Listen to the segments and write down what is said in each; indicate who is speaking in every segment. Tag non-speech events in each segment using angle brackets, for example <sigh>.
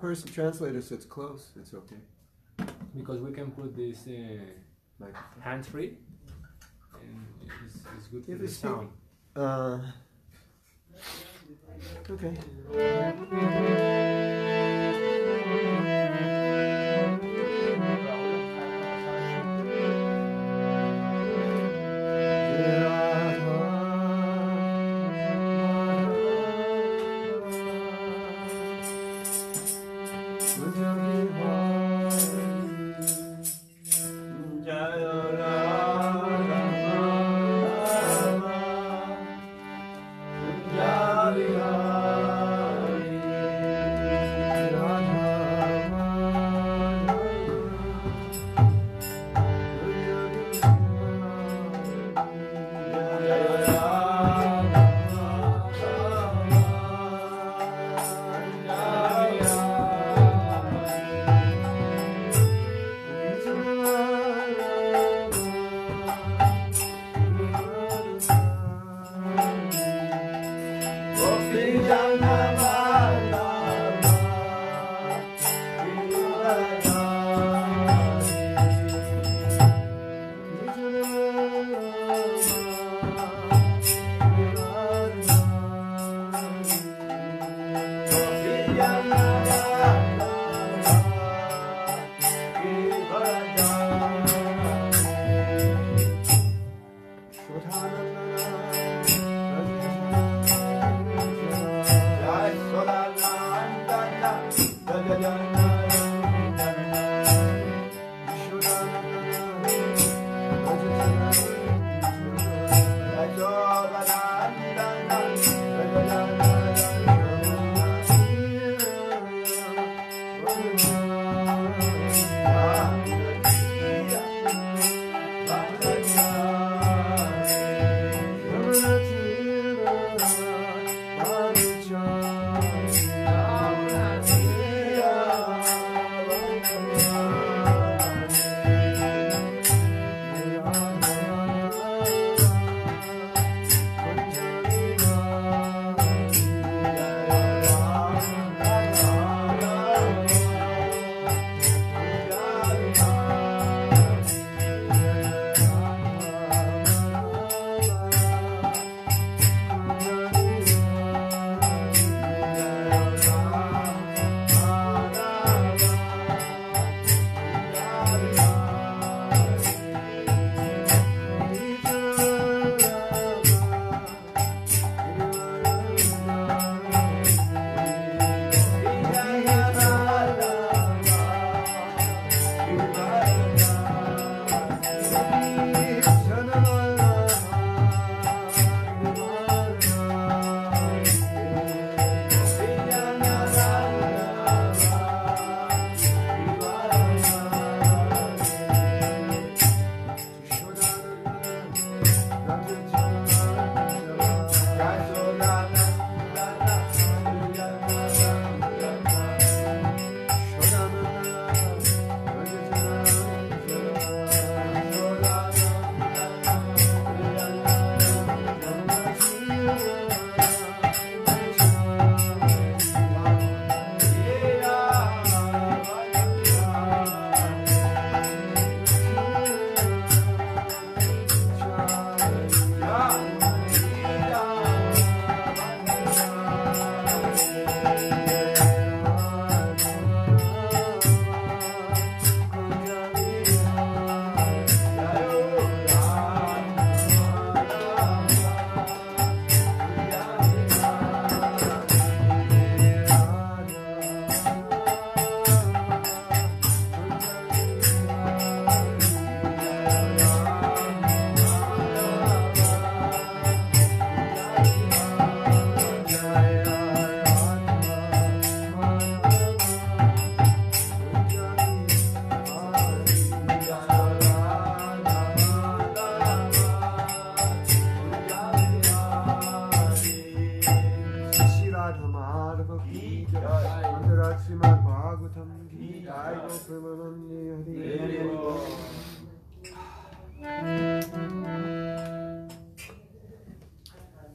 Speaker 1: person translator, so it's close. It's okay.
Speaker 2: because we can put this uh,
Speaker 1: Like,
Speaker 2: hands free and it's, it's good for
Speaker 1: If
Speaker 2: the
Speaker 1: it's still-
Speaker 2: sound.
Speaker 1: uh, okay.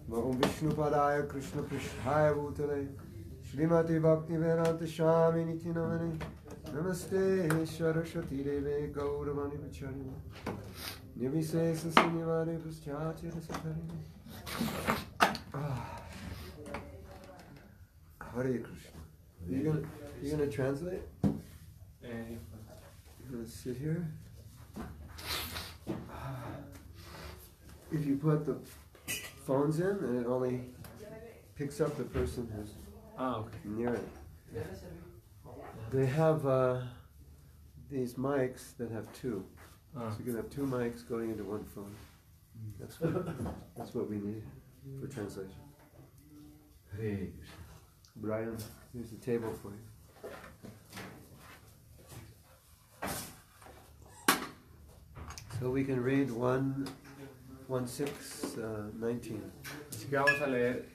Speaker 1: Warum Vishnupadaya Krishna Prishtaya Bhutale Srimati Bhakti Vedanta Swami Nitinamani Namaste Sharaswati Deve Gauravani Vachari Nivisesa Sinivani Paschati Rasatari Ah, Hare Krishna. You gonna, you gonna translate?
Speaker 2: Eh,
Speaker 1: I'm gonna sit here. If you put the phones in, then it only picks up the person who's
Speaker 2: ah, okay.
Speaker 1: near it. They have uh, these mics that have two, so
Speaker 2: Ah,
Speaker 1: you can have two mics going into one phone. That's what, that's what we need for translation.
Speaker 3: Hey,
Speaker 1: Brian, here's the table for you. So we can read one, one six uh, nineteen.
Speaker 2: así que vamos a leer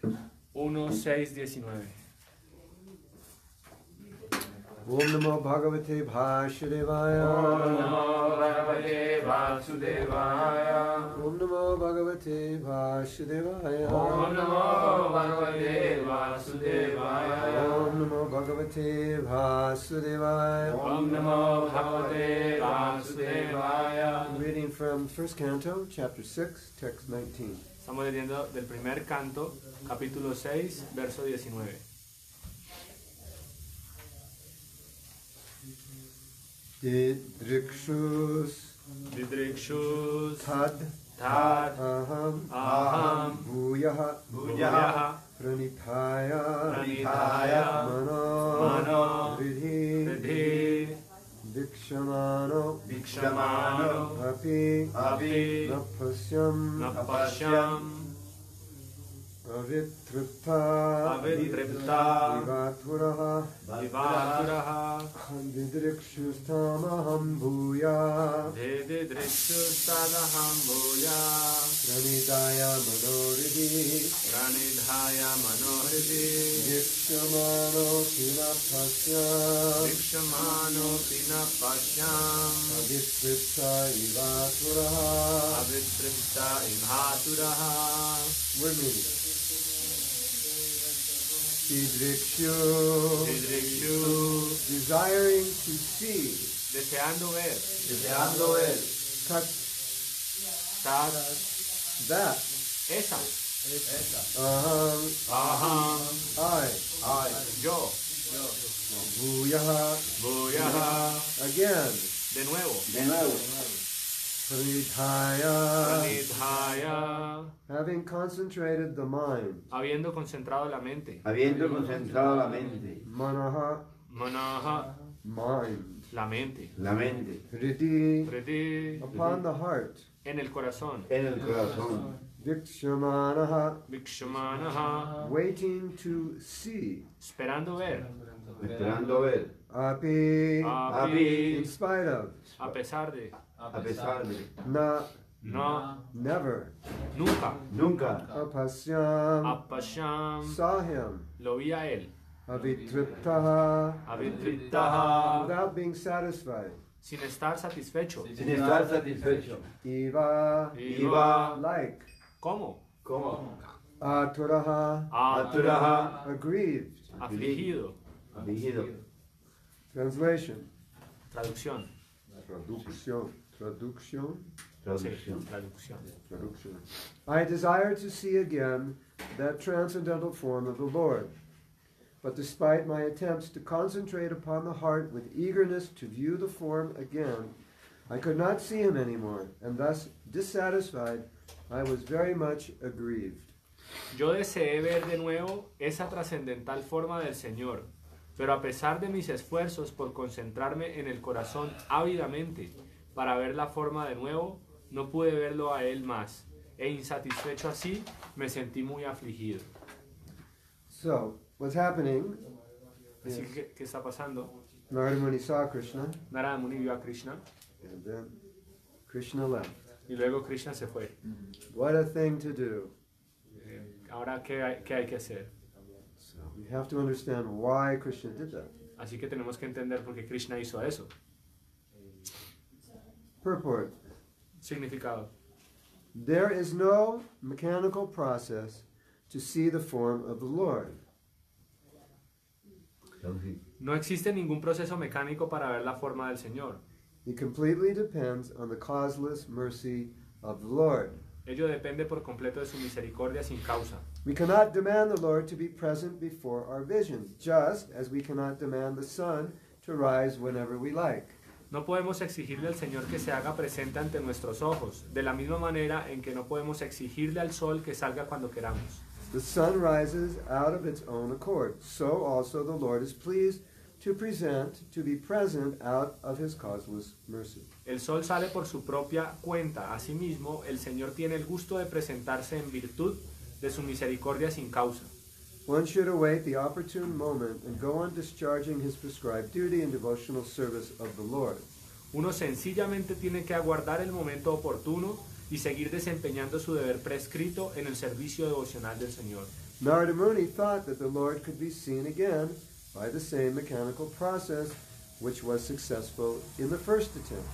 Speaker 2: 1.6.19.
Speaker 1: Om namo bhagavate bhashadevaya.
Speaker 4: Vasudevaya.
Speaker 1: Om namo bhagavate bhashadevaya.
Speaker 4: Om Namo Bhagavate Vasudevaya.
Speaker 1: Om namo bhagavate vasudevaya.
Speaker 4: Om Namo Bhagavate Vasudevaya.
Speaker 1: Reading from first canto, chapter six, text nineteen.
Speaker 2: Estamos leyendo del primer canto, capítulo 6, verso 19.
Speaker 1: Didrikshus
Speaker 2: Didrikshus
Speaker 1: tad
Speaker 2: tad
Speaker 1: aham
Speaker 2: aham
Speaker 1: भूयः
Speaker 2: buddhyaha
Speaker 1: प्रणिधाय
Speaker 2: प्रणिधाय
Speaker 1: मनो
Speaker 2: मनो
Speaker 1: हृदि
Speaker 2: didhi
Speaker 1: दीक्षमाणो
Speaker 4: Dikshamano
Speaker 1: अपि
Speaker 4: Api
Speaker 1: न पश्यम्
Speaker 2: Napashyam
Speaker 1: अवितृप्ता
Speaker 2: Avitripta
Speaker 1: विवातुरः
Speaker 2: Vivakuraha
Speaker 1: विदृक्षुस्तामहं भूया
Speaker 2: Didrikshustadaham Bhuya
Speaker 1: प्रणिताय मनो हृदि
Speaker 2: Pranidhaya Manohridhi
Speaker 1: दीक्षमाणो न पश्यम्
Speaker 2: Dikshamano Pinapashyam
Speaker 1: अवितृप्ता विवातुरः
Speaker 2: Avitripta Ivhaturaha
Speaker 1: We're moving. Didrikshu,
Speaker 2: Didrikshu
Speaker 1: desiring to see,
Speaker 2: Deseando ver
Speaker 4: Deseando ver
Speaker 1: cut
Speaker 2: Tad
Speaker 1: that.
Speaker 2: Esa
Speaker 1: Aham,
Speaker 2: Aham
Speaker 1: I,
Speaker 2: Yo
Speaker 1: bhuyaha,
Speaker 2: Bhuyaha
Speaker 1: again,
Speaker 2: De nuevo
Speaker 4: De nuevo.
Speaker 1: pranidhaya,
Speaker 2: Pranidhaya
Speaker 1: having concentrated the mind,
Speaker 2: Habiendo concentrado la mente
Speaker 3: habiendo concentrado la mente,
Speaker 1: manaha,
Speaker 2: Manaha
Speaker 1: mind,
Speaker 2: La mente
Speaker 3: la mente,
Speaker 1: hridi,
Speaker 2: Hridi
Speaker 1: upon the heart,
Speaker 2: En el corazón
Speaker 3: en el corazón,
Speaker 1: vikshmanaha,
Speaker 2: Vikshmanaha
Speaker 1: waiting to see,
Speaker 2: Esperando ver
Speaker 3: esperando ver,
Speaker 1: api, in
Speaker 2: Api
Speaker 1: spite of,
Speaker 2: A pesar de
Speaker 3: a pesar de,
Speaker 1: na,
Speaker 2: No
Speaker 1: never,
Speaker 2: Nunca
Speaker 3: nunca,
Speaker 1: Apasyam
Speaker 2: Apasham
Speaker 1: saw him.
Speaker 2: Lo vi a él
Speaker 1: Avitriptaha.
Speaker 2: Avitriptaha
Speaker 1: Without being satisfied.
Speaker 2: Sin estar satisfecho
Speaker 3: sin estar satisfecho,
Speaker 1: Eva.
Speaker 2: Iva
Speaker 1: Like.
Speaker 2: ¿Cómo? Ah,
Speaker 3: como
Speaker 1: Aturaha.
Speaker 3: aturaja,
Speaker 1: Aggrieved.
Speaker 2: Afligido
Speaker 3: afligido,
Speaker 1: Translation.
Speaker 2: Traducción
Speaker 1: Traduction. Traduction.
Speaker 2: Sí,
Speaker 3: traducción.
Speaker 2: traducción
Speaker 1: Traduction. I desire to see again that transcendental form of the Lord. But despite my attempts to concentrate upon the heart with eagerness to view the form again, I could not see him anymore, and thus dissatisfied, I was very much aggrieved.
Speaker 2: Yo deseé ver de nuevo esa trascendental forma del Señor, pero a pesar de mis esfuerzos por concentrarme en el corazón ávidamente para ver la forma de nuevo, no pude verlo a Él más, e insatisfecho así, me sentí muy afligido.
Speaker 1: So, what's happening?
Speaker 2: Así que, ¿qué está pasando?
Speaker 1: Narada Muni saw Krishna,
Speaker 2: Narada Muni vio a Krishna
Speaker 1: and then Krishna left.
Speaker 2: y luego Krishna se fue.
Speaker 1: What a thing to do!
Speaker 2: Eh, Ahora, ¿qué hay, qué hay que hacer?
Speaker 1: So, we have to understand why Krishna did that.
Speaker 2: Así que tenemos que entender por qué Krishna hizo eso.
Speaker 1: Purport.
Speaker 2: Significado.
Speaker 1: There is no mechanical process to see the form of the Lord.
Speaker 3: Yogi.
Speaker 2: No existe ningún proceso mecánico para ver la forma del Señor.
Speaker 1: It completely depends on the causeless mercy of the Lord.
Speaker 2: Ello depende por completo de su misericordia sin causa.
Speaker 1: We cannot demand the Lord to be present before our visions, just as we cannot demand the sun to rise whenever we like.
Speaker 2: No podemos exigirle al Señor que se haga presente ante nuestros ojos, de la misma manera en que no podemos exigirle al sol que salga cuando queramos.
Speaker 1: The sun rises out of its own accord. So also the Lord is pleased to present, to be present out of his causeless mercy.
Speaker 2: El sol sale por su propia cuenta. Asimismo, el Señor tiene el gusto de presentarse en virtud de su misericordia sin causa.
Speaker 1: One should await the opportune moment and go on discharging his prescribed duty in devotional service of the Lord.
Speaker 2: Uno sencillamente tiene que aguardar el momento oportuno y seguir desempeñando su deber prescrito en el servicio devocional del Señor.
Speaker 1: Narada Muni thought that the Lord could be seen again by the same mechanical process which was successful in the first attempt.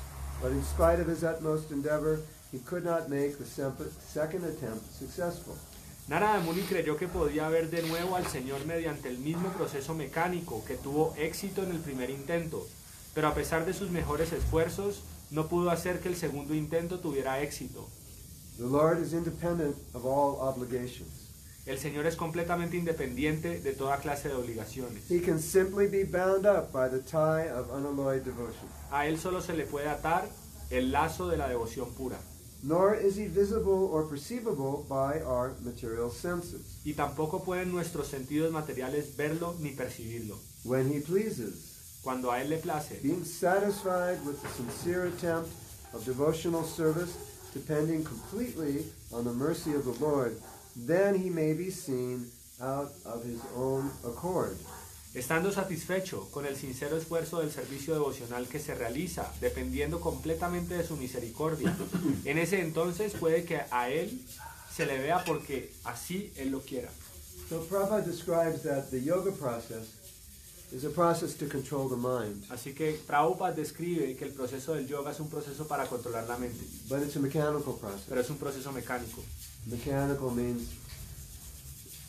Speaker 1: But in spite of his utmost endeavor, he could not make the semp- second attempt successful.
Speaker 2: Narada Muni creyó que podía ver de nuevo al Señor mediante el mismo proceso mecánico que tuvo éxito en el primer intento, pero a pesar de sus mejores esfuerzos, no pudo hacer que el segundo intento tuviera éxito.
Speaker 1: The Lord is independent of all obligations.
Speaker 2: El Señor es completamente independiente de toda clase de obligaciones.
Speaker 1: He can simply be bound up by the tie of unalloyed devotion.
Speaker 2: A Él solo se le puede atar el lazo de la devoción pura,
Speaker 1: Nor is he visible or perceivable by our material senses
Speaker 2: y tampoco pueden nuestros sentidos materiales verlo ni percibirlo.
Speaker 1: when he pleases.
Speaker 2: Cuando a Él le place,
Speaker 1: Being satisfied with the sincere attempt of devotional service, depending completely on the mercy of the Lord, then he may be seen out of his own accord.
Speaker 2: Estando satisfecho con el sincero esfuerzo del servicio devocional que se realiza, dependiendo completamente de su misericordia, en ese entonces puede que a él se le vea porque así él lo quiera.
Speaker 1: So Prabhupada describes that the yoga process is a process to control the mind,
Speaker 2: Así que Prabhupada describe que el proceso del yoga es un proceso para controlar la mente,
Speaker 1: but it's a mechanical process.
Speaker 2: pero es un proceso mecánico.
Speaker 1: Mechanical means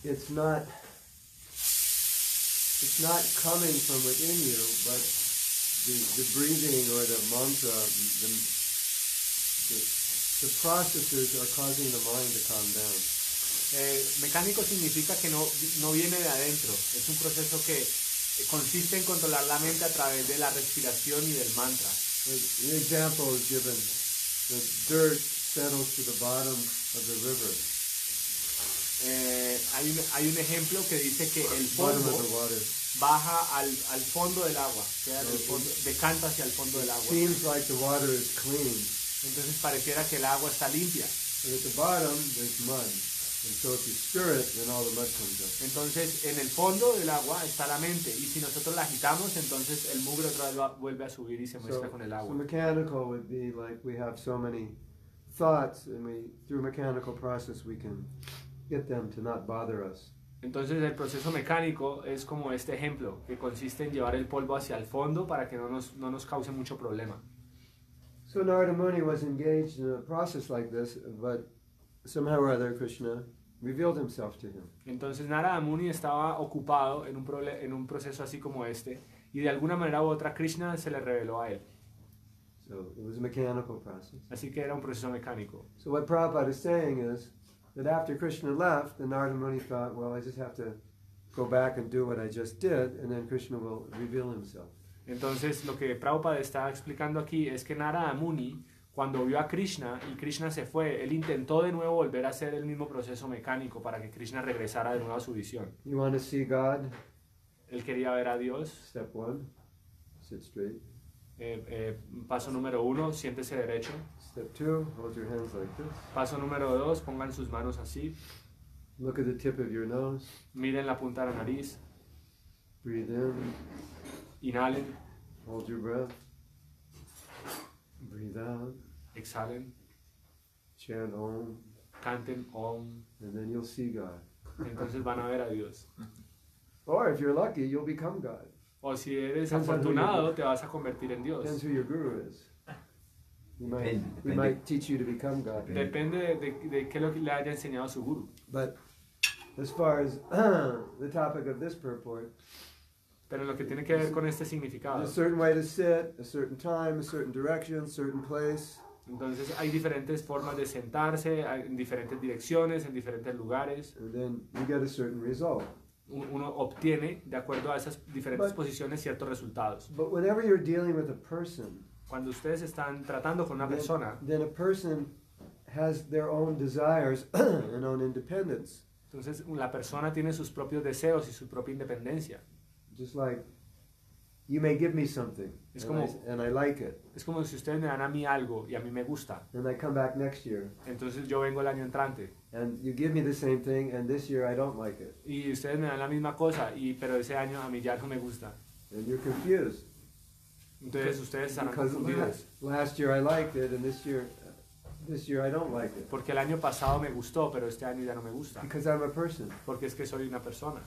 Speaker 1: it's not it's not coming from within you, but the, the breathing or the mantra, the, the, the processes are causing the mind to calm down.
Speaker 2: Eh, mecánico significa que no, no viene de adentro, es un proceso que eh, consiste en controlar la mente a través de la respiración y del mantra.
Speaker 1: An an example is given: the dirt settles to the bottom of the river,
Speaker 2: Eh, hay, un, hay un ejemplo que dice que el
Speaker 1: bottom of the
Speaker 2: polvo
Speaker 1: water.
Speaker 2: baja al, al fondo del agua, queda en el
Speaker 1: Ok.
Speaker 2: fondo- decanta hacia el fondo del
Speaker 1: It
Speaker 2: agua.
Speaker 1: seems like the water is clean,
Speaker 2: Entonces pareciera que el agua está limpia.
Speaker 1: but at the bottom there's mud, and so if you stir it, then all the mud comes up.
Speaker 2: Entonces en el fondo del agua está la mente y si nosotros la agitamos, entonces el mugre otra vez va- vuelve a subir y se
Speaker 1: So,
Speaker 2: mezcla con el
Speaker 1: so
Speaker 2: agua.
Speaker 1: mechanical would be like we have so many thoughts, and we through mechanical process we can get them to not bother us.
Speaker 2: Entonces el proceso mecánico es como este ejemplo, que consiste en llevar el polvo hacia el fondo para que no nos, no nos cause mucho problema.
Speaker 1: So Narada Muni was engaged in a process like this, but somehow or other Krishna revealed himself to him.
Speaker 2: Entonces Narada Muni estaba ocupado en un, prole- en un proceso así como este y de alguna manera u otra Krishna se le reveló a él.
Speaker 1: So it was a mechanical process.
Speaker 2: Así que era un proceso mecánico.
Speaker 1: So what Prabhupada is saying is that after Krishna left, then Narada Muni thought, well, I just have to go back and do what I just did, and then Krishna will reveal himself.
Speaker 2: Entonces lo que Prabhupada estaba explicando aquí es que Narada Muni cuando vio a Krishna y Krishna se fue, él intentó de nuevo volver a hacer el mismo proceso mecánico para que Krishna regresara de nuevo a su visión.
Speaker 1: You want to see God?
Speaker 2: Él quería ver a Dios.
Speaker 1: Step one, sit straight.
Speaker 2: Eh, eh, paso número uno, siéntese derecho.
Speaker 1: Step two, hold your hands like this.
Speaker 2: Paso número dos, pongan sus manos así.
Speaker 1: Look at the tip of your nose.
Speaker 2: Miren la punta de la nariz.
Speaker 1: Breathe in.
Speaker 2: Inhalen,
Speaker 1: Hold your breath. Breathe out.
Speaker 2: exhalen.
Speaker 1: Chant Om,
Speaker 2: canten Om,
Speaker 1: and then you'll see God.
Speaker 2: entonces van a ver a Dios.
Speaker 1: Or if you're lucky, you'll become God.
Speaker 2: O si eres
Speaker 1: Depends on who you
Speaker 2: afortunado,
Speaker 1: are.
Speaker 2: te vas a convertir en
Speaker 1: Depends
Speaker 2: Dios.
Speaker 1: who your guru is. We might,
Speaker 3: Depend-
Speaker 1: we
Speaker 3: depending.
Speaker 1: might teach you to become God.
Speaker 3: Depend-
Speaker 2: Depende de, de- de qué lo que le haya enseñado su guru.
Speaker 1: <clears throat> But as far as the topic of this purport,
Speaker 2: Pero en lo que tiene que ver con este significado.
Speaker 1: There's a certain way to sit, a certain time, a certain direction, certain place.
Speaker 2: Entonces hay diferentes formas de sentarse, hay- en diferentes direcciones, en diferentes lugares.
Speaker 1: And then you get a certain result.
Speaker 2: Un- Uno obtiene, de acuerdo a esas diferentes
Speaker 1: But-
Speaker 2: posiciones, ciertos resultados.
Speaker 1: But whenever you're dealing with a person,
Speaker 2: Cuando ustedes están tratando con una
Speaker 1: then-
Speaker 2: persona,
Speaker 1: then a person has their own desires <clears throat> and own independence.
Speaker 2: entonces la persona tiene sus propios deseos y su propia independencia.
Speaker 1: Just like, you may give me something, and
Speaker 2: Es
Speaker 1: I-
Speaker 2: como-
Speaker 1: and I like it.
Speaker 2: Es como si ustedes me dan a mí algo y a mí me gusta.
Speaker 1: And I come back next year,
Speaker 2: Entonces yo vengo el año entrante
Speaker 1: and you give me the same thing, and this year I don't like it.
Speaker 2: y ustedes me dan la misma cosa, y, pero ese año a mí ya no me gusta.
Speaker 1: And you're confused.
Speaker 2: Entonces ustedes estarán
Speaker 1: Because
Speaker 2: confundidos.
Speaker 1: last, <laughs> last year I liked it, and this year, this year I don't like it.
Speaker 2: Porque el año pasado me gustó, pero este año ya no me gusta.
Speaker 1: Because I'm a person.
Speaker 2: Porque es que soy una persona.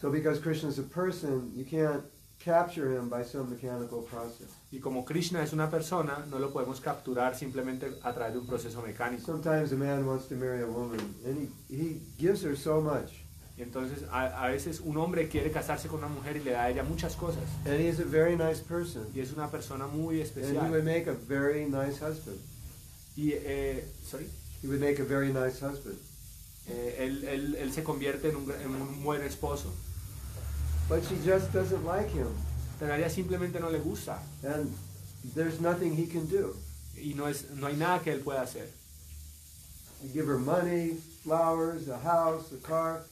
Speaker 1: So because Krishna's a person, you can't capture him by some mechanical process.
Speaker 2: Y como Krishna es una persona, no lo podemos capturar simplemente a través de un proceso mecánico.
Speaker 1: Sometimes a man wants to marry a woman, and he, he gives her so much,
Speaker 2: Y entonces a, a veces un hombre quiere casarse con una mujer y le da a ella muchas cosas.
Speaker 1: and he's a very nice person,
Speaker 2: Y es una persona muy
Speaker 1: and he would
Speaker 2: especial.
Speaker 1: make a very nice husband.
Speaker 2: Y eh, sorry,
Speaker 1: He would make a very nice husband.
Speaker 2: eh, él, él- él se convierte en un, gra- en un buen esposo.
Speaker 1: But she just doesn't like him,
Speaker 2: Pero a ella simplemente no le gusta.
Speaker 1: and there's nothing he can do.
Speaker 2: Y no, es, no hay nada que él pueda hacer.
Speaker 1: You give her money, flowers, a house, a car.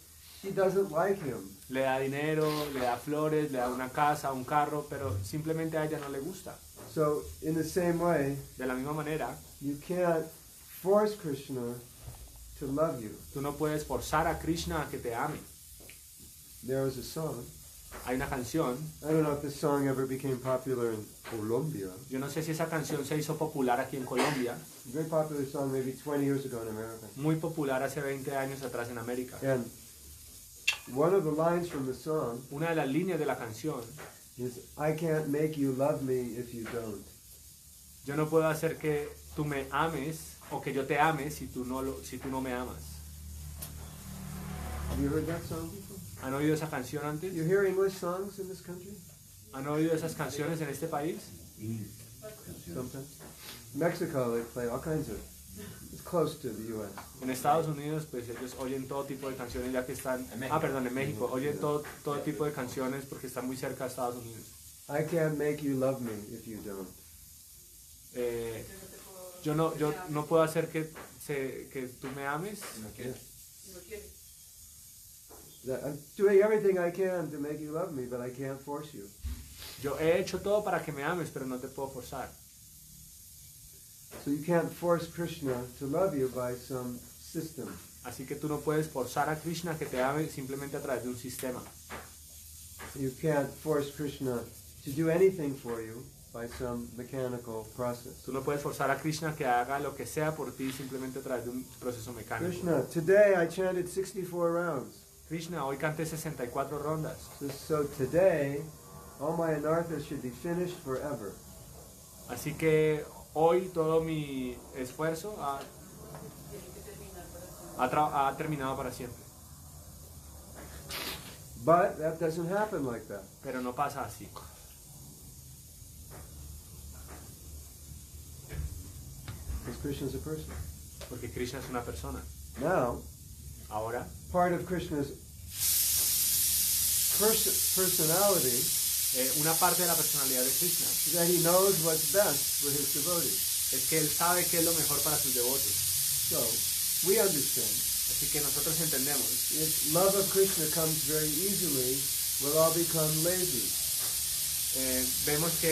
Speaker 1: She doesn't like him.
Speaker 2: Le da dinero, le da flores, le da una casa, un carro, pero simplemente a ella no le gusta.
Speaker 1: So, in the same way,
Speaker 2: De la misma manera,
Speaker 1: you can't force Krishna to love you.
Speaker 2: tú no puedes forzar a Krishna a que te ame.
Speaker 1: There was a song.
Speaker 2: Hay una canción,
Speaker 1: I don't know if this song ever became popular in Colombia.
Speaker 2: yo no sé si esa canción se hizo popular aquí en Colombia,
Speaker 1: Very popular song maybe 20 years ago in America.
Speaker 2: muy popular hace 20 años atrás en América.
Speaker 1: And one of the lines from the song
Speaker 2: Una de las líneas de la canción,
Speaker 1: is, I can't make you love me if you don't.
Speaker 2: yo no puedo hacer que tú me ames o que yo te ame si tú no, lo- si tú no me amas.
Speaker 1: Have you heard that song before?
Speaker 2: ¿Han oído esa canción antes?
Speaker 1: You hear English songs in this country?
Speaker 2: ¿Han oído esas canciones en este país?
Speaker 1: Sometimes. Mexico, they play all kinds of. It's close to the U.S.
Speaker 2: En Estados Unidos, pues ellos oyen todo tipo de canciones ya que están... Ah, perdón, en México, oyen todo, todo tipo de canciones porque están muy cerca a Estados Unidos.
Speaker 1: I can't make you love me if you don't.
Speaker 2: Eh, yo no yo no puedo hacer que se- que tú me ames
Speaker 1: That- I'm doing everything I can to make you love me, but I can't force you.
Speaker 2: yo he hecho todo para que me ames pero no te puedo forzar
Speaker 1: So you can't force Krishna to love you by some system.
Speaker 2: así que tú no puedes forzar a Krishna a que te ame simplemente a través de un sistema
Speaker 1: You can't force Krishna to do anything for you by some mechanical process.
Speaker 2: tú no puedes forzar a Krishna a que haga lo que sea por ti simplemente a través de un proceso mecánico
Speaker 1: Krishna, today I chanted 64 rounds.
Speaker 2: Krishna, hoy canté 64 rondas
Speaker 1: So, so today, all my anarthas should be finished forever.
Speaker 2: así que hoy todo mi esfuerzo ha, ha tra- ha terminado para siempre
Speaker 1: But that doesn't happen like that.
Speaker 2: pero no pasa así
Speaker 1: Because Krishna's a person.
Speaker 2: porque Krishna es una persona
Speaker 1: Now,
Speaker 2: ahora
Speaker 1: part of Krishna's pers- personality
Speaker 2: Eh, una parte de la personalidad de Krishna
Speaker 1: is that he knows what's best for his devotees.
Speaker 2: es que él sabe qué es lo mejor para sus devotos.
Speaker 1: So, we understand.
Speaker 2: Así que nosotros entendemos
Speaker 1: If love of Krishna comes very easily, we'll all become lazy.
Speaker 2: eh, vemos que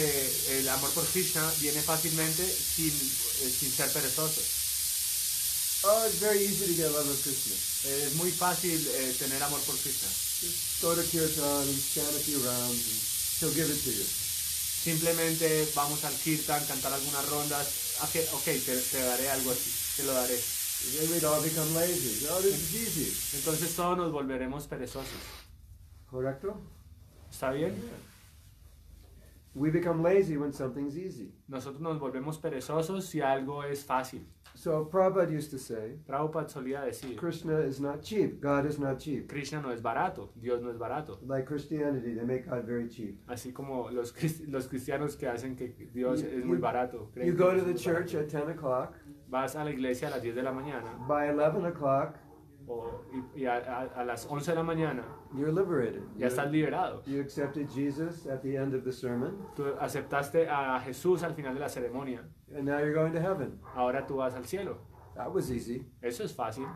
Speaker 2: el amor por Krishna viene fácilmente sin, eh, sin ser perezosos.
Speaker 1: Oh, it's very easy to get love of Krishna.
Speaker 2: Eh, es muy fácil eh, tener amor por Krishna.
Speaker 1: Just go to kirtan and chant a few rounds, and he'll give it to you.
Speaker 2: Simplemente vamos al kirtan, cantar algunas rondas. Ah, que- ok, te, te daré algo así, te lo daré.
Speaker 1: Then we'd all become lazy. Oh, this is easy.
Speaker 2: Entonces todos nos volveremos perezosos.
Speaker 1: Correcto?
Speaker 2: ¿Está bien?
Speaker 1: We become lazy when something's easy.
Speaker 2: Nosotros nos volvemos perezosos si algo es fácil.
Speaker 1: So Prabhupada used to say,
Speaker 2: Prabhupada solía decir,
Speaker 1: Krishna is not cheap. God is not cheap.
Speaker 2: Krishna no es barato, Dios no es barato.
Speaker 1: Like Christianity, they make God very cheap.
Speaker 2: Así como los, cris- los cristianos que hacen que Dios es muy barato. creen
Speaker 1: You
Speaker 2: que
Speaker 1: go to
Speaker 2: Dios
Speaker 1: the
Speaker 2: es muy
Speaker 1: church
Speaker 2: barato.
Speaker 1: at 10 o'clock.
Speaker 2: Vas a la iglesia a las 10 de la mañana
Speaker 1: By 11 o'clock,
Speaker 2: o, y, y a, a- a las 11 de la mañana
Speaker 1: you're liberated.
Speaker 2: ya estás
Speaker 1: You,
Speaker 2: liberado.
Speaker 1: you accepted Jesus at the end of the sermon,
Speaker 2: Tú aceptaste a Jesús al final de la ceremonia.
Speaker 1: and now you're going to heaven.
Speaker 2: Ahora tú vas al cielo.
Speaker 1: That was easy.
Speaker 2: Eso es fácil.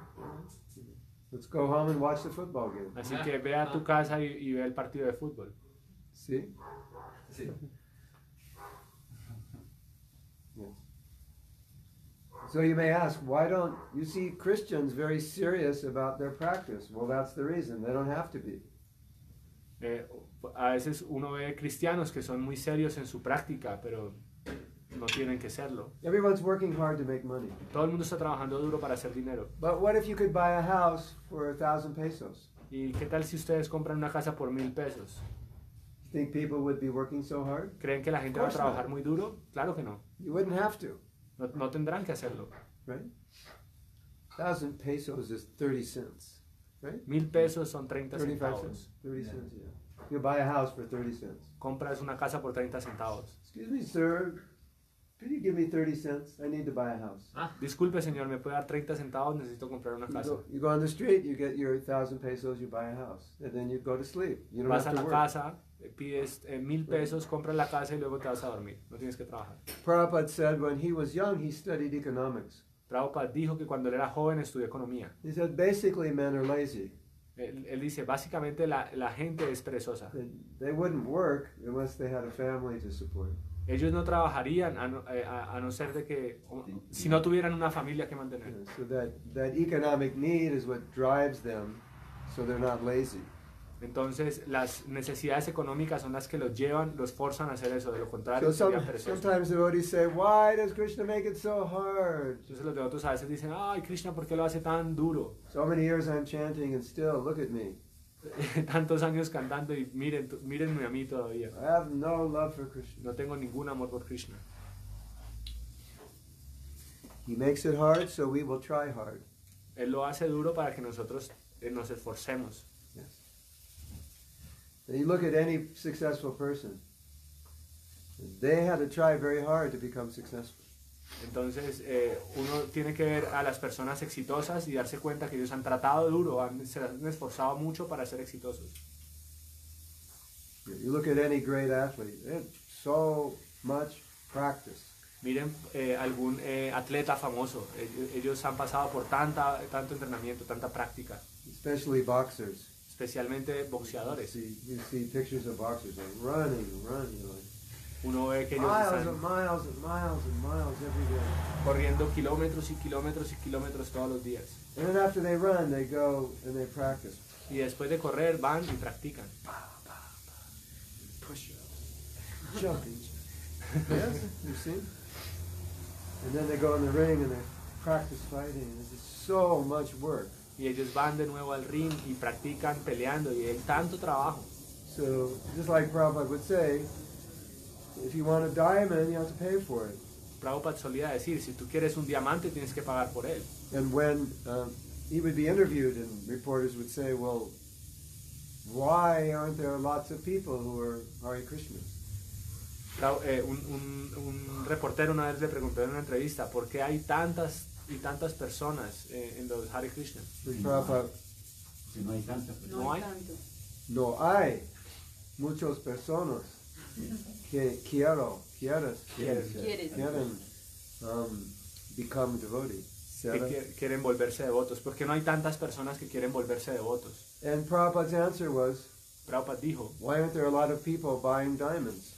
Speaker 1: Let's go home and watch the football game.
Speaker 2: Así que ve a tu casa y, y ve el partido de fútbol.
Speaker 1: See?
Speaker 4: Sí.
Speaker 1: Yes. So you may ask, why don't you see Christians very serious about their practice? Well, that's the reason. They don't have to be.
Speaker 2: Eh, a veces uno ve cristianos que son muy serios en su práctica, pero no tienen que serlo.
Speaker 1: Everyone's working hard to make money.
Speaker 2: Todo el mundo está trabajando duro para hacer dinero.
Speaker 1: But what if you could buy a house for a thousand pesos?
Speaker 2: ¿Y qué tal si ustedes compran una casa por mil pesos?
Speaker 1: You think people would be working so hard?
Speaker 2: ¿Creen que la gente va a
Speaker 1: Of course not.
Speaker 2: trabajar muy duro? Claro que no.
Speaker 1: You wouldn't have to,
Speaker 2: No, no tendrán que hacerlo.
Speaker 1: right? Thousand pesos is thirty cents,
Speaker 2: Mil pesos son 30
Speaker 1: thirty-five cents,
Speaker 2: centavos.
Speaker 1: thirty
Speaker 4: Yeah.
Speaker 1: cents. Yeah, you buy a house for thirty cents.
Speaker 2: Compras una casa por 30 centavos.
Speaker 1: Excuse me, sir. Could you give me thirty cents? I need to buy a house.
Speaker 2: Disculpe, señor, ¿me puede dar 30 centavos? Necesito comprar una
Speaker 1: You
Speaker 2: casa.
Speaker 1: go, you go on the street, you get your thousand pesos, you buy a house, and then you go to sleep. You don't
Speaker 2: Vas a
Speaker 1: have to
Speaker 2: la
Speaker 1: work.
Speaker 2: casa, eh, pides eh, mil pesos, compras la casa y luego te vas a dormir. No tienes que trabajar.
Speaker 1: Prabhupada said when he was young, he studied economics.
Speaker 2: Prabhupada dijo que cuando él era joven estudió economía.
Speaker 1: He said basically men are lazy.
Speaker 2: Él, él dice, básicamente la, la gente es perezosa.
Speaker 1: They, they wouldn't work unless they had a family to support.
Speaker 2: Ellos no trabajarían a no, eh, a- a no ser de que, o- si no tuvieran una familia que mantener.
Speaker 1: You know, so that, that economic need is what drives them so they're not lazy.
Speaker 2: Entonces, las necesidades económicas son las que los llevan, los forzan a hacer eso. De lo
Speaker 1: So
Speaker 2: contrario, serían
Speaker 1: some,
Speaker 2: perezosos.
Speaker 1: sometimes devotees say, Why does Krishna make it so hard?
Speaker 2: Entonces, los devotos a veces dicen, ay, Krishna, ¿por qué lo hace tan duro? <laughs>
Speaker 1: So many years I'm chanting and still, look at me.
Speaker 2: Tantos años cantando y miren, tú- mírenme a mí todavía.
Speaker 1: I have no love for Krishna.
Speaker 2: No tengo ningún amor por Krishna.
Speaker 1: He makes it hard, so we will try hard.
Speaker 2: Él lo hace duro para que nosotros eh, nos esforcemos.
Speaker 1: Yes. And you look at any successful person, they had to try very hard to become successful.
Speaker 2: Entonces, eh, uno tiene que ver a las personas exitosas y darse cuenta que ellos han tratado duro, han, se han esforzado mucho para ser exitosos.
Speaker 1: You look at any great athlete, they had so much practice.
Speaker 2: Miren eh, algún eh, atleta famoso, ellos, ellos han pasado por tanta, tanto entrenamiento, tanta práctica,
Speaker 1: especially boxers.
Speaker 2: especialmente
Speaker 1: You
Speaker 2: boxeadores.
Speaker 1: see, you see pictures of boxers like running, running, like
Speaker 2: Uno ve que ellos
Speaker 1: miles and
Speaker 2: están
Speaker 1: miles and miles and miles every day.
Speaker 2: corriendo kilómetros y kilómetros y kilómetros todos los días.
Speaker 1: And then after they run, they go and they practice.
Speaker 2: Y después de correr van y practican.
Speaker 1: Push ups, jumping. yes, you've seen. And then they go in the ring and they practice fighting. It's just so much work.
Speaker 2: Y ellos van de nuevo al ring y practican peleando y hay tanto trabajo.
Speaker 1: So, just like Prabhupada would say, if you want a diamond, you have to pay for it.
Speaker 2: Prabhupada solía decir, si tú quieres un diamante tienes que pagar por él.
Speaker 1: And when um, he would be interviewed, and reporters would say, "Well, why aren't there lots of people who are Hare Krishna?"
Speaker 2: Prab- eh, un, un- un reportero una vez le preguntó en una entrevista, ¿por qué hay tantas y tantas personas eh, en los Hare Krishna?
Speaker 1: And Prabhupada,
Speaker 3: Si no hay tanta
Speaker 2: No hay.
Speaker 5: tanto.
Speaker 1: no hay muchas personas que quiero, quieres,
Speaker 3: Quieres.
Speaker 5: Quieres.
Speaker 1: quieren um, become devotee.
Speaker 2: Que
Speaker 1: Seven.
Speaker 2: qui- quieren volverse devotos. ¿Por qué no hay tantas personas que quieren volverse devotos?
Speaker 1: And Prabhupada's answer was,
Speaker 2: Prabhupada dijo,
Speaker 1: "Why aren't there a lot of people buying diamonds?"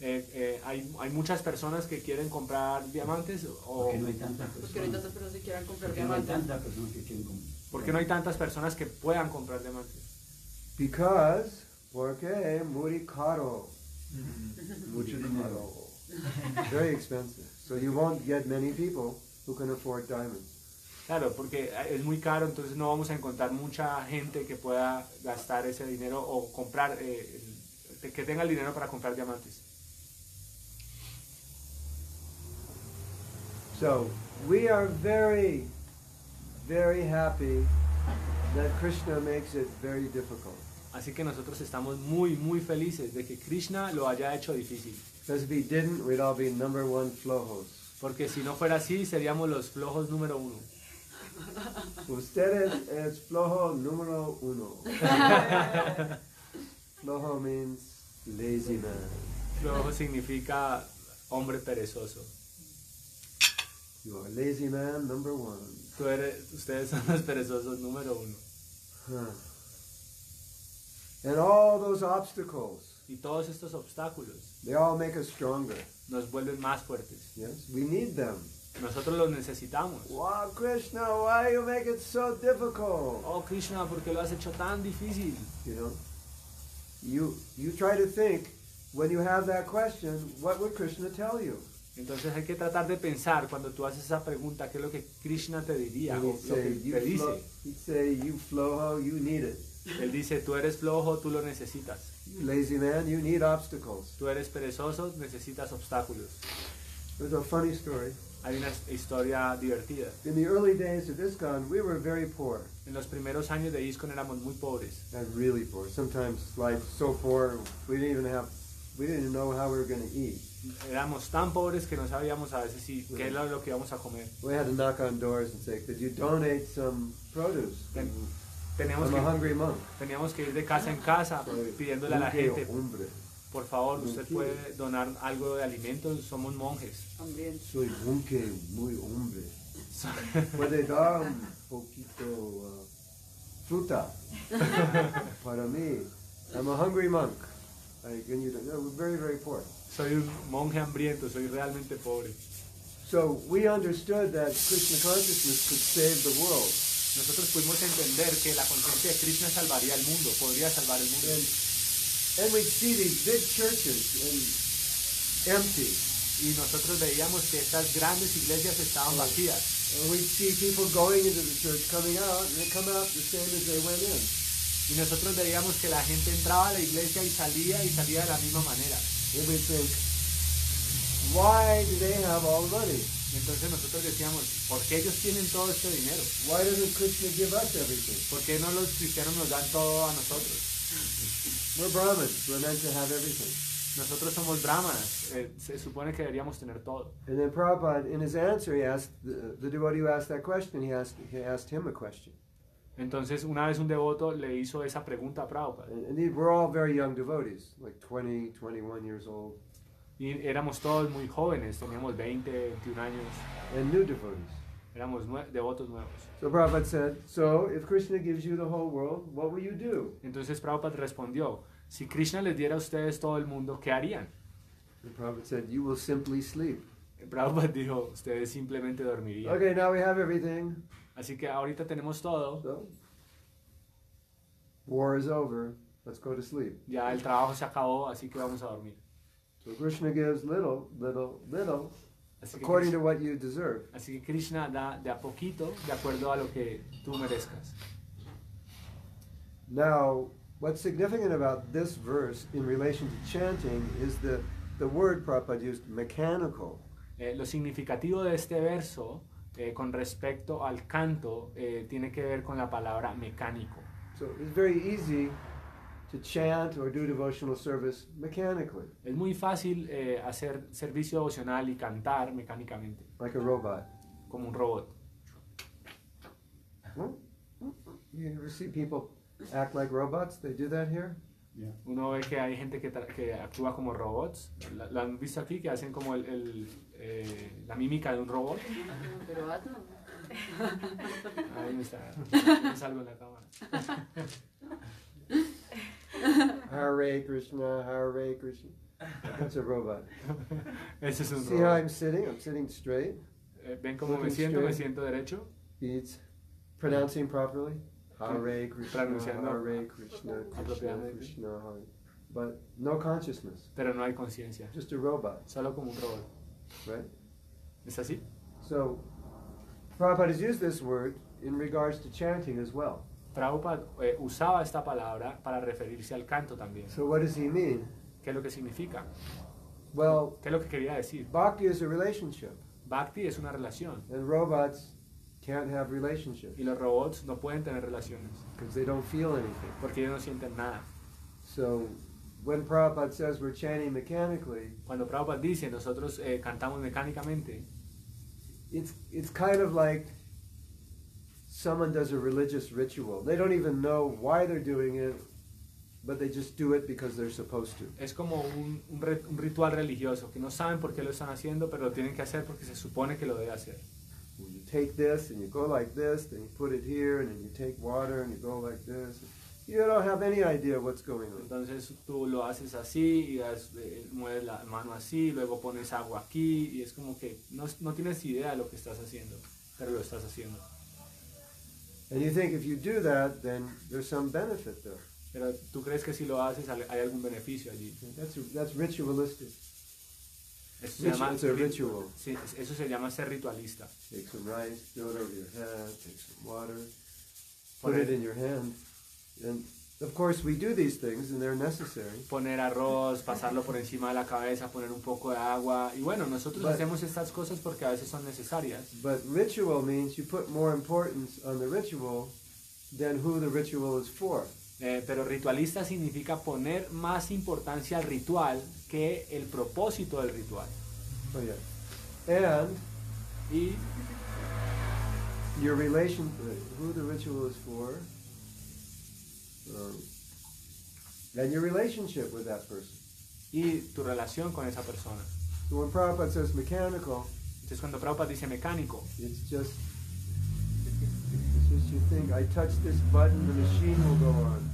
Speaker 2: eh, eh, hay, hay muchas personas que quieren comprar diamantes o...
Speaker 3: Porque no hay tantas
Speaker 5: Porque ahorita
Speaker 3: personas.
Speaker 5: tantas personas que quieran comprar
Speaker 3: Porque no hay
Speaker 5: diamantes.
Speaker 3: tantas personas que quieren comer.
Speaker 2: ¿Por qué no hay tantas personas que puedan comprar diamantes?
Speaker 1: Because, porque muy caro.
Speaker 4: 嗯
Speaker 3: Mucho dinero.
Speaker 1: <laughs> Very expensive. So you won't get many people who can afford diamonds.
Speaker 2: Claro, porque ah, es muy caro, entonces no vamos a encontrar mucha gente que pueda gastar ese dinero o comprar, eh, el- que tenga el dinero para comprar diamantes.
Speaker 1: So we are very, very happy that Krishna makes it very difficult.
Speaker 2: Así que nosotros estamos muy, muy felices de que Krishna lo haya hecho difícil.
Speaker 1: Because if he didn't, we'd all be number one flojos.
Speaker 2: Porque si no fuera así, seríamos los flojos número uno.
Speaker 1: Ustedes es flojo número uno. flojo means lazy man.
Speaker 2: Flojo significa hombre perezoso.
Speaker 1: You are lazy man number one.
Speaker 2: Tú eres- ustedes son los perezosos número uno.
Speaker 1: Huh. And all those obstacles,
Speaker 2: Y todos estos obstáculos
Speaker 1: they all make us stronger.
Speaker 2: nos vuelven más fuertes.
Speaker 1: Yes, we need them.
Speaker 2: Nosotros los necesitamos.
Speaker 1: Wow, Krishna, why you make it so difficult?
Speaker 2: Oh Krishna, ¿por qué lo has hecho tan difícil?
Speaker 1: You know, you you try to think when you have that question, what would Krishna tell you?
Speaker 2: Entonces hay que tratar de pensar cuando tú haces esa pregunta, qué es lo que Krishna te diría
Speaker 1: And
Speaker 2: o
Speaker 1: he'd
Speaker 2: lo
Speaker 1: say,
Speaker 2: que
Speaker 1: you
Speaker 2: te
Speaker 1: flo-
Speaker 2: dice.
Speaker 1: he'd say, you flojo, you need it.
Speaker 2: Él dice, tú eres flojo, tú lo necesitas.
Speaker 1: You lazy man, you need obstacles.
Speaker 2: Tú eres perezoso, necesitas obstáculos.
Speaker 1: There's a funny story.
Speaker 2: Hay una historia divertida.
Speaker 1: In the early days of ISKCON, we were very poor.
Speaker 2: En los primeros años de ISKCON éramos muy pobres.
Speaker 1: And really poor. Sometimes like so poor, we didn't even have, we didn't know how we were going to eat.
Speaker 2: Éramos tan pobres que no sabíamos a veces si qué era lo que íbamos a comer.
Speaker 1: We had to knock on doors and say, could you donate some produce?
Speaker 2: Ten-
Speaker 1: I'm
Speaker 2: Teníamos
Speaker 1: a
Speaker 2: que,
Speaker 1: hungry monk.
Speaker 2: teníamos que ir de casa en casa pidiéndole a la gente,
Speaker 1: Hombre,
Speaker 2: por favor, usted puede donar algo de alimentos, somos monjes. <laughs>
Speaker 5: Hambriento.
Speaker 1: soy monje, muy hombre. Puede dar un poquito uh,
Speaker 2: <laughs>
Speaker 1: fruta para mí. I'm a hungry monk. I, and you don't- no, we're very, very poor.
Speaker 2: Soy un monje hambriento, soy realmente pobre.
Speaker 1: So we understood that Krishna consciousness could save the world.
Speaker 2: Nosotros pudimos entender que la conciencia de Krishna salvaría el mundo, podría salvar el mundo.
Speaker 1: And, and we'd see these big churches and empty.
Speaker 2: Y nosotros veíamos que estas grandes iglesias estaban vacías.
Speaker 1: And we'd see people going into the church, coming out, and they come out the same as they went in.
Speaker 2: Y nosotros veíamos que la gente entraba a la iglesia y salía y salía de la misma manera.
Speaker 1: And we think, why do they have all the money?
Speaker 2: Y entonces nosotros decíamos, ¿por qué ellos tienen todo este dinero?
Speaker 1: Why doesn't Krishna give us everything?
Speaker 2: ¿Por qué no los cristianos nos dan todo a nosotros?
Speaker 1: We're Brahmins. We're meant to have everything.
Speaker 2: Nosotros somos brahmanas, eh, se supone que deberíamos tener todo.
Speaker 1: And then Prabhupada, in his answer, he asked the, the devotee who asked that question. He asked he asked him a question.
Speaker 2: Entonces una vez un devoto le hizo esa pregunta a Prabhupada.
Speaker 1: And, and these, we're all very young devotees, like 20, 21 years old,
Speaker 2: Y éramos todos muy jóvenes, teníamos 20, 21 años,
Speaker 1: and new devotees.
Speaker 2: éramos nue- devotos nuevos.
Speaker 1: So Prabhupada said, so if Krishna gives you the whole world, what will you do?
Speaker 2: Entonces Prabhupada respondió, si Krishna les diera a ustedes todo el mundo, ¿qué harían? <laughs>
Speaker 1: And Prabhupada said, you will simply sleep.
Speaker 2: Prabhupada dijo, ustedes simplemente dormirían.
Speaker 1: Okay, now we have everything.
Speaker 2: Así que ahorita tenemos todo,
Speaker 1: So war is over. Let's go to sleep.
Speaker 2: ya el trabajo se acabó, así que vamos a dormir.
Speaker 1: So Krishna gives little, little, little,
Speaker 2: Así que,
Speaker 1: according
Speaker 2: Krishna,
Speaker 1: to what you deserve.
Speaker 2: así que Krishna da de a poquito, de acuerdo a lo que tú merezcas.
Speaker 1: Now, what's significant about this verse in relation to chanting is the the word Prabhupada used mechanical.
Speaker 2: Eh, lo significativo de este verso eh, con respecto al canto eh, tiene que ver con la palabra mecánico.
Speaker 1: So it's very easy to chant or do devotional service mechanically,
Speaker 2: Es muy fácil eh, hacer servicio devocional y cantar mecánicamente,
Speaker 1: like a robot.
Speaker 2: como un robot.
Speaker 1: Hmm? You ever see people act like robots? They do that here.
Speaker 2: Uno ve que hay gente que, tra- que actúa como robots. La, la han visto aquí que hacen como el, el, eh, la mímica de un robot.
Speaker 5: Pero <laughs> hazlo.
Speaker 2: Ahí está. no salgo en la cámara.
Speaker 1: Hare Krishna, Hare Krishna. That's a robot.
Speaker 2: Ese es un
Speaker 1: See how
Speaker 2: robot.
Speaker 1: I'm sitting? I'm sitting straight.
Speaker 2: Eh, ¿Ven cómo me siento? Me siento derecho.
Speaker 1: It's pronouncing properly. Hare Krishna,
Speaker 2: Pronunciando.
Speaker 1: Hare Krishna, Krishna,
Speaker 2: Apropiadamente.
Speaker 1: Krishna, Hare. But no consciousness,
Speaker 2: Pero no hay conciencia.
Speaker 1: just a robot,
Speaker 2: Solo como un robot.
Speaker 1: right?
Speaker 2: ¿Es así?
Speaker 1: So, Prabhupada has used this word in regards to chanting as well.
Speaker 2: Prabhupada eh, usaba esta palabra para referirse al canto también.
Speaker 1: So, what does he mean?
Speaker 2: ¿Qué es lo que significa?
Speaker 1: Well,
Speaker 2: ¿Qué es lo que quería decir?
Speaker 1: bhakti is a relationship.
Speaker 2: Bhakti es una relación.
Speaker 1: And robots can't have relationships
Speaker 2: Y los robots no pueden tener relaciones
Speaker 1: because they don't feel anything.
Speaker 2: porque ellos no sienten nada.
Speaker 1: So when Prabhupada says we're chanting mechanically,
Speaker 2: Cuando Prabhupada dice nosotros eh, cantamos mecánicamente,
Speaker 1: it's it's kind of like someone does a religious ritual. They don't even know why they're doing it, but they just do it because they're supposed to.
Speaker 2: es como un, un re- un ritual religioso que no saben por qué lo están haciendo, pero lo tienen que hacer porque se supone que lo debe hacer.
Speaker 1: You take this and you go like this, then you put it here, and then you take water and you go like this. You don't have any idea what's going on.
Speaker 2: Entonces tú lo haces así y das, eh, mueves la mano así, luego pones agua aquí y es como que no, no tienes idea de lo que estás haciendo, pero lo estás haciendo.
Speaker 1: And you think if you do that, then there's some benefit there.
Speaker 2: Pero tú crees que si lo haces al- hay algún beneficio allí.
Speaker 1: That's that's ritualistic.
Speaker 2: Eso se
Speaker 1: Ritual-
Speaker 2: llama,
Speaker 1: it's a ritual.
Speaker 2: Sí, es- eso se llama ser ritualista.
Speaker 1: Take some rice, throw it over your head, take some water, put
Speaker 2: Put
Speaker 1: it
Speaker 2: it-
Speaker 1: in your hand. And of course, we do these things and they're necessary.
Speaker 2: Poner arroz, pasarlo por encima de la cabeza, poner un poco de agua. Y bueno, nosotros
Speaker 1: But-
Speaker 2: hacemos estas cosas porque a veces son necesarias.
Speaker 1: But ritual means you put more importance on the ritual than who the ritual is for.
Speaker 2: Eh, pero ritualista significa poner más importancia al ritual que el propósito del ritual.
Speaker 1: Oh, yeah. And
Speaker 2: Y
Speaker 1: your relation, uh, who the ritual is for, um, and your relationship with that person.
Speaker 2: y tu relación con esa persona.
Speaker 1: So when Prabhupada says mechanical,
Speaker 2: Entonces cuando Prabhupada dice mecánico,
Speaker 1: It's just, it's just you think, I touch this button, the machine will go on.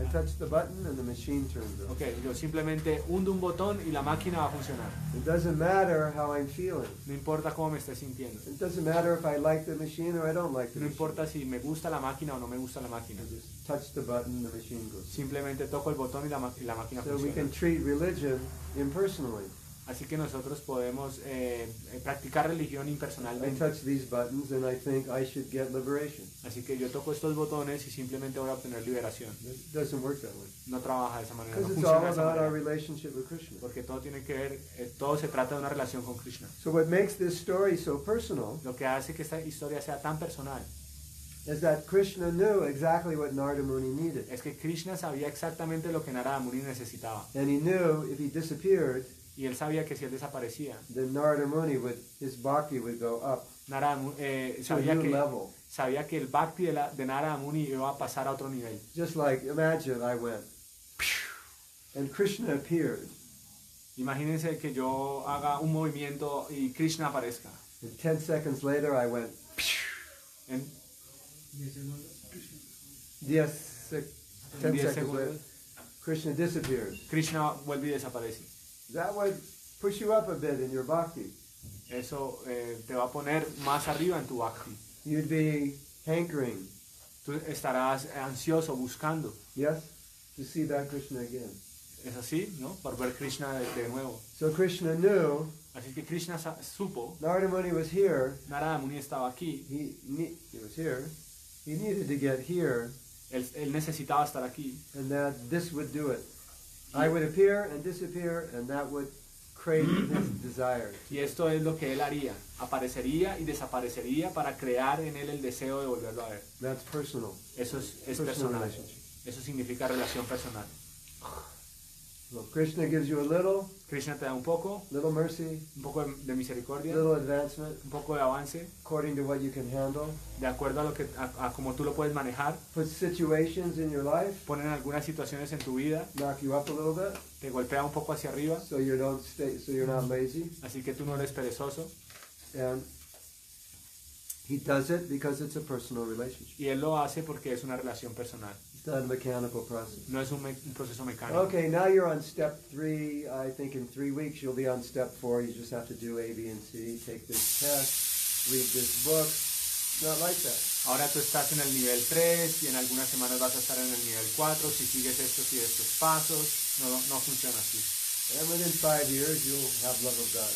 Speaker 1: I touch the button and the machine turns on.
Speaker 2: ok, yo simplemente hundo un botón y la máquina va a funcionar.
Speaker 1: It doesn't matter how I'm feeling.
Speaker 2: No importa cómo me esté sintiendo.
Speaker 1: It doesn't matter if I like the machine or I don't like the machine.
Speaker 2: No importa si me gusta la máquina o no me gusta la
Speaker 1: I
Speaker 2: máquina.
Speaker 1: just touch the button, the machine goes.
Speaker 2: Simplemente toco el botón y la, ma- y la máquina
Speaker 1: on. So we
Speaker 2: funciona.
Speaker 1: can treat religion impersonally.
Speaker 2: Así que nosotros podemos eh, eh, practicar religión
Speaker 1: I
Speaker 2: impersonalmente.
Speaker 1: touch these buttons and I think I should get liberation.
Speaker 2: Así que yo toco estos botones y simplemente voy a obtener liberación.
Speaker 1: It doesn't work that way.
Speaker 2: No trabaja de esa manera. No
Speaker 1: Because it's
Speaker 2: funciona
Speaker 1: all
Speaker 2: de esa
Speaker 1: about our
Speaker 2: manera.
Speaker 1: relationship with Krishna.
Speaker 2: Porque todo tiene que ver, eh, todo se trata de una relación con Krishna.
Speaker 1: So what makes this story so personal
Speaker 2: Lo que hace que esta historia sea tan personal
Speaker 1: is that Krishna knew exactly what Narada Muni needed.
Speaker 2: es que Krishna sabía exactamente lo que Narada Muni necesitaba.
Speaker 1: And he knew if he disappeared,
Speaker 2: Y él sabía que si él desaparecía,
Speaker 1: then Narada Muni would, his bhakti would go up
Speaker 2: Narada, Mu- eh,
Speaker 1: to a
Speaker 2: sabía,
Speaker 1: new
Speaker 2: que,
Speaker 1: level.
Speaker 2: sabía que el bhakti de, la, de Narada Muni iba a pasar a otro nivel.
Speaker 1: Just like, imagine I went, and Krishna appeared,
Speaker 2: Imagínense que yo haga un movimiento y Krishna aparezca.
Speaker 1: and 10 seconds later I went,
Speaker 2: En,
Speaker 1: yes, sec- 10
Speaker 2: en 10
Speaker 1: seconds
Speaker 2: segundos,
Speaker 1: later, Krishna disappears.
Speaker 2: Krishna vuelve y desaparece.
Speaker 1: That would push you up a bit in your bhakti.
Speaker 2: Eso eh, te va a poner más arriba en tu bhakti.
Speaker 1: You'd be hankering,
Speaker 2: Tú estarás ansioso buscando.
Speaker 1: yes, to see that Krishna again.
Speaker 2: Es así, ¿no? Por ver Krishna de, de nuevo.
Speaker 1: So Krishna knew
Speaker 2: Así que Krishna sa- supo,
Speaker 1: Narada Muni was here,
Speaker 2: Narada Muni estaba aquí,
Speaker 1: he, ne- he was here. He needed to get here,
Speaker 2: él, él necesitaba estar aquí.
Speaker 1: and that this would do it. I would appear and disappear, and that would create his desire.
Speaker 2: Y esto es lo que él haría. Aparecería y desaparecería para crear en él el deseo de volverlo a ver.
Speaker 1: That's personal.
Speaker 2: Eso es, es
Speaker 1: Personal
Speaker 2: personal.
Speaker 1: relationship.
Speaker 2: Eso significa relación personal.
Speaker 1: Well, Krishna gives you a little,
Speaker 2: Krishna te da un poco,
Speaker 1: little mercy,
Speaker 2: un poco de, de misericordia,
Speaker 1: little advancement,
Speaker 2: un poco de avance,
Speaker 1: according to what you can handle.
Speaker 2: de acuerdo a lo que a, a como tú lo puedes manejar.
Speaker 1: Puts situations in your life,
Speaker 2: Ponen algunas situaciones en tu vida,
Speaker 1: knock you up a little bit,
Speaker 2: te golpea un poco hacia arriba,
Speaker 1: so you don't stay, so you're not lazy.
Speaker 2: así que tú no eres perezoso.
Speaker 1: And he does it because it's a personal relationship.
Speaker 2: Y él lo hace porque es una relación personal,
Speaker 1: It's not a mechanical process.
Speaker 2: no es un, me- un proceso mecánico.
Speaker 1: Okay, now you're on step three. I think in three weeks you'll be on step four. You just have to do A, B, and C. Take this test, read this book. It's not like that.
Speaker 2: Ahora tú estás en el nivel 3 y en algunas semanas vas a estar en el nivel 4. Si sigues estos y estos pasos, no, no funciona así.
Speaker 1: And within five years you'll have love of God.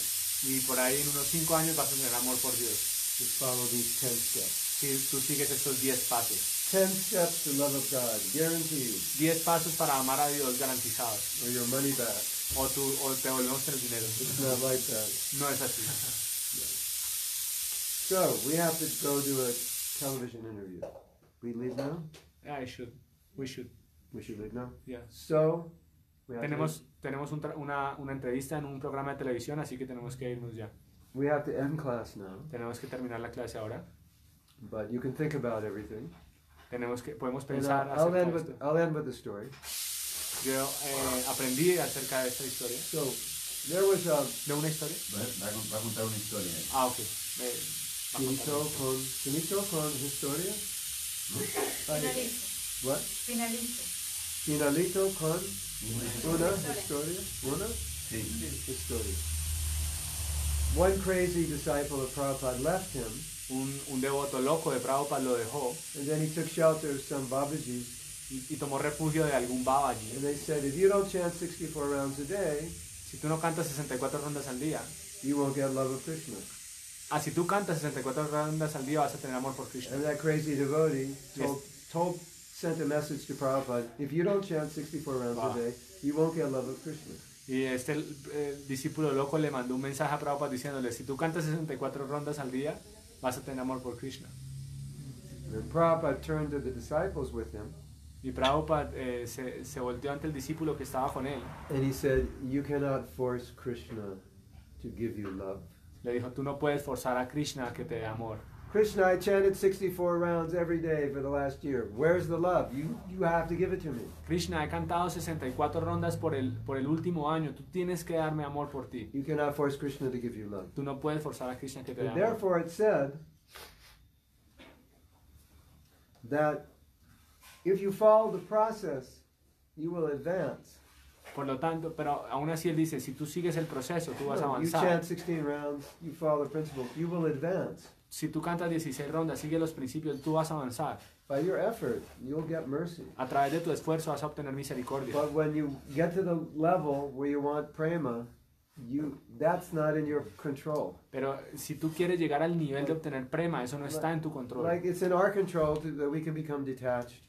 Speaker 2: Y por ahí en unos 5 años vas a tener amor por Dios.
Speaker 1: Just follow these ten steps.
Speaker 2: Si tú sigues estos 10 pasos.
Speaker 1: Ten steps to love of God, guaranteed,
Speaker 2: 10 pasos para amar a Dios garantizados.
Speaker 1: or your money back.
Speaker 2: O, tú, o te volvemos el dinero.
Speaker 1: It's not like that.
Speaker 2: No es así.
Speaker 1: So we have to go do a television interview. We leave now.
Speaker 2: I should. Ah, We should.
Speaker 1: We should leave now.
Speaker 2: Yeah.
Speaker 1: So we have
Speaker 2: Tenemos, tenemos un tra- una, una entrevista en un programa de televisión, así que tenemos que irnos ya.
Speaker 1: to, we have to end class now.
Speaker 2: Tenemos que terminar la clase ahora.
Speaker 1: But you can think about everything.
Speaker 2: Tenemos que, podemos
Speaker 1: And
Speaker 2: pensar
Speaker 1: I'll, I'll
Speaker 2: acerca
Speaker 1: end
Speaker 2: de
Speaker 1: with
Speaker 2: esto.
Speaker 1: I'll end with a story.
Speaker 2: Yo eh, aprendí acerca de esta historia.
Speaker 1: So there was um, a
Speaker 2: ¿De una historia?
Speaker 3: Va, va a con- va a contar una historia. ¿eh?
Speaker 2: Ah, ok. Eh, va a
Speaker 1: finito
Speaker 2: contar.
Speaker 1: con finito con historia.
Speaker 5: Finalizo.
Speaker 1: What?
Speaker 5: Finalizo.
Speaker 1: Finalito con una historia. Una
Speaker 3: Sí.
Speaker 1: historia. One crazy disciple of Prabhupada left him,
Speaker 2: Un, un devoto loco de Prabhupada lo dejó
Speaker 1: and then he took shelter of some Babaji's,
Speaker 2: y, y tomó refugio de algún
Speaker 1: and
Speaker 2: babaji.
Speaker 1: they said, if you don't chant 64 rounds a day,
Speaker 2: Si tú no cantas 64 rondas al día,
Speaker 1: you won't get love of Krishna.
Speaker 2: ah, si tú cantas 64 rondas al día vas a tener amor por Krishna.
Speaker 1: And that crazy devotee told, told sent a message to Prabhupada, if you don't chant 64 rounds
Speaker 2: Wow.
Speaker 1: a day, you won't get love of Krishna.
Speaker 2: Y este eh, discípulo loco le mandó un mensaje a Prabhupada diciéndole, si tú cantas 64 rondas al día, vas a tener amor por Krishna.
Speaker 1: And Prabhupada turned to the disciples with him,
Speaker 2: Y Prabhupada eh, se, se volteó ante el discípulo que estaba con él.
Speaker 1: and he said, you cannot force Krishna to give you love.
Speaker 2: Le dijo, tú no puedes forzar a Krishna a que te dé amor.
Speaker 1: Krishna, I chanted 64 rounds every day for the last year. Where's the love? You, you have to give it to me.
Speaker 2: Krishna, he cantado 64 rondas por el, por el último año. Tú tienes que darme amor por ti.
Speaker 1: You cannot force Krishna to give you love.
Speaker 2: Tú no puedes forzar a Krishna que te dé
Speaker 1: And
Speaker 2: amor.
Speaker 1: therefore, it said that if you follow the process, you will advance.
Speaker 2: Por lo tanto, pero aún así él dice, si tú sigues el proceso, tú vas a
Speaker 1: You
Speaker 2: avanzar.
Speaker 1: chant 16 rounds, you follow the principle, you will advance.
Speaker 2: Si tú cantas 16 rondas, sigue los principios, tú vas a avanzar.
Speaker 1: By your effort, you'll get mercy.
Speaker 2: A través de tu esfuerzo vas a obtener misericordia.
Speaker 1: But when you get to the level where you want prema, you that's not in your control.
Speaker 2: Pero si tú quieres llegar al nivel de obtener prema, eso no está en tu
Speaker 1: Like
Speaker 2: control.
Speaker 1: it's in our control to, that we can become detached,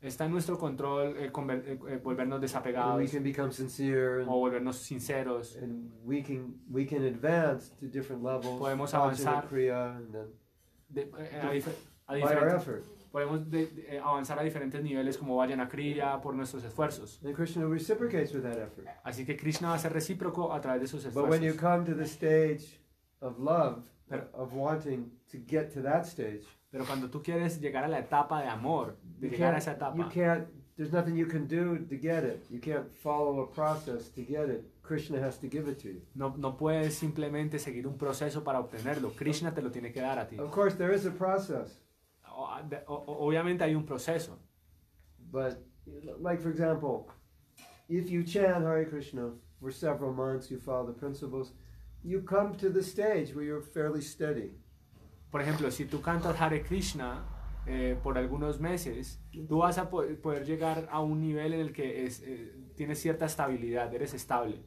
Speaker 2: Está en nuestro control eh, conver- eh, eh, volvernos
Speaker 1: and we
Speaker 2: desapegados
Speaker 1: can become sincere,
Speaker 2: o
Speaker 1: and,
Speaker 2: volvernos sinceros.
Speaker 1: and we can we can advance to different levels.
Speaker 2: Podemos
Speaker 1: Ajna
Speaker 2: avanzar.
Speaker 1: kriya, uh, and then
Speaker 2: de- eh, a dife- a
Speaker 1: by our
Speaker 2: diferentes-
Speaker 1: effort.
Speaker 2: podemos de- de- eh, avanzar a diferentes niveles como vayan a Kriya por nuestros esfuerzos.
Speaker 1: And Krishna reciprocates with that effort.
Speaker 2: Así que Krishna va a ser recíproco a través de sus
Speaker 1: But when you
Speaker 2: esfuerzos.
Speaker 1: come to the stage of love,
Speaker 2: Pero-
Speaker 1: of wanting to get to that stage,
Speaker 2: Pero cuando tú quieres llegar a la etapa de amor, de
Speaker 1: you
Speaker 2: llegar a
Speaker 1: can't,
Speaker 2: esa
Speaker 1: you
Speaker 2: etapa,
Speaker 1: can't, there's nothing you can do to get it. You can't follow a process to get it. Krishna has to give it to you.
Speaker 2: no, no puedes simplemente seguir un proceso para obtenerlo. Krishna te lo tiene que dar a ti.
Speaker 1: Of course, there is a process,
Speaker 2: O- de- o- o- obviamente hay un proceso.
Speaker 1: but like, for example, if you chant Hare Krishna for several months, you follow the principles, you come to the stage where you're fairly steady.
Speaker 2: Por ejemplo, si tú cantas Hare Krishna eh, por algunos meses, tú vas a po- poder llegar a un nivel en el que es, eh, tienes cierta estabilidad, eres estable.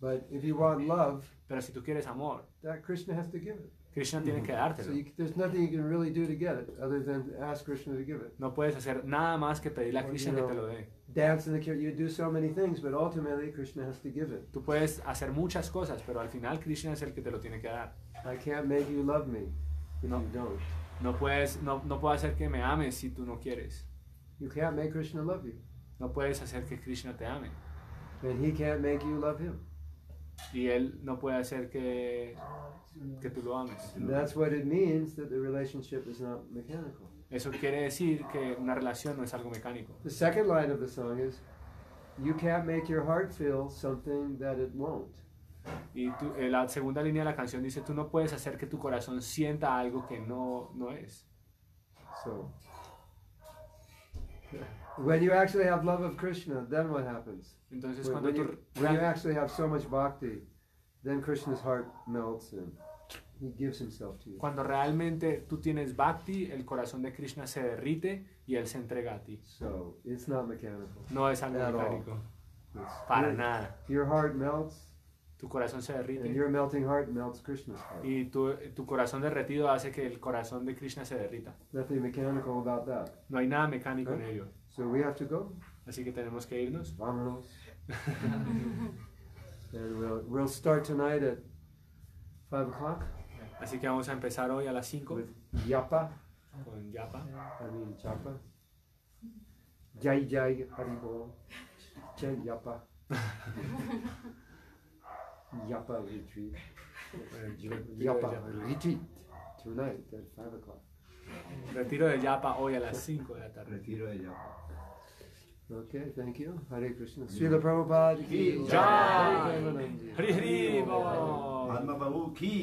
Speaker 1: But if you want love,
Speaker 2: Pero si tú quieres amor,
Speaker 1: that Krishna has to give it.
Speaker 2: Krishna tiene que
Speaker 1: So
Speaker 2: dártelo.
Speaker 1: you, there's nothing you can really do to get it other than ask Krishna to give it.
Speaker 2: No puedes hacer nada más que pedirle a Krishna que te lo dé.
Speaker 1: Dance in the kirtan, you do so many things, but ultimately Krishna has to give it.
Speaker 2: Tú puedes hacer muchas cosas, pero al final Krishna es el que te lo tiene que dar.
Speaker 1: I can't make you love me if
Speaker 2: No.
Speaker 1: you don't.
Speaker 2: No puedes, no, no puedo hacer que me ames si tú no quieres.
Speaker 1: You can't make Krishna love you,
Speaker 2: No puedes hacer que Krishna te ame.
Speaker 1: and he can't make you love him.
Speaker 2: Y él no puede hacer que, que tú lo ames.
Speaker 1: And that's what it means that the relationship is not mechanical.
Speaker 2: Eso quiere decir que una relación no es algo mecánico.
Speaker 1: The second line of the song is, you can't make your heart feel something that it won't.
Speaker 2: Y tú- eh, la segunda línea de la canción dice, tú no puedes hacer que tu corazón sienta algo que no, no es.
Speaker 1: So, <laughs> when you actually have love of Krishna, then what happens?
Speaker 2: Entonces
Speaker 1: When,
Speaker 2: cuando
Speaker 1: when
Speaker 2: tú...
Speaker 1: you, when you actually have so much bhakti, then Krishna's heart melts and he gives himself to you.
Speaker 2: Cuando realmente tú tienes bhakti, el corazón de Krishna se derrite y él se entrega a ti.
Speaker 1: So it's not mechanical.
Speaker 2: No es algo
Speaker 1: Claro.
Speaker 2: mecánico.
Speaker 1: It's,
Speaker 2: Para
Speaker 1: your,
Speaker 2: nada.
Speaker 1: your heart melts,
Speaker 2: Tu corazón se
Speaker 1: and
Speaker 2: derrite.
Speaker 1: your melting heart melts Krishna's heart.
Speaker 2: Y tu, tu corazón derretido hace que el corazón de Krishna se derrita.
Speaker 1: Nothing mechanical about that.
Speaker 2: No hay nada mecánico en ello.
Speaker 1: So we have to go.
Speaker 2: Así que tenemos que irnos.
Speaker 1: Vamonos. and we'll, we'll start tonight at Five o'clock
Speaker 2: Así que vamos a empezar hoy a las 5
Speaker 1: with Yapa.
Speaker 2: con Yapa.
Speaker 1: I mean Chapa. Jai Jai Haribo. Chen Yapa. Yapa retreat. Yapa retreat. Tonight at 5 o'clock.
Speaker 2: Retiro de Yapa hoy a las 5 de la tarde.
Speaker 3: Retiro de Yapa.
Speaker 1: Okay, thank you. Hare Krishna. Srila Prabhupada. ki
Speaker 2: Jai.
Speaker 1: Hare Premanandi.
Speaker 2: Hari Hari Bol.
Speaker 3: Padma Babu Ki.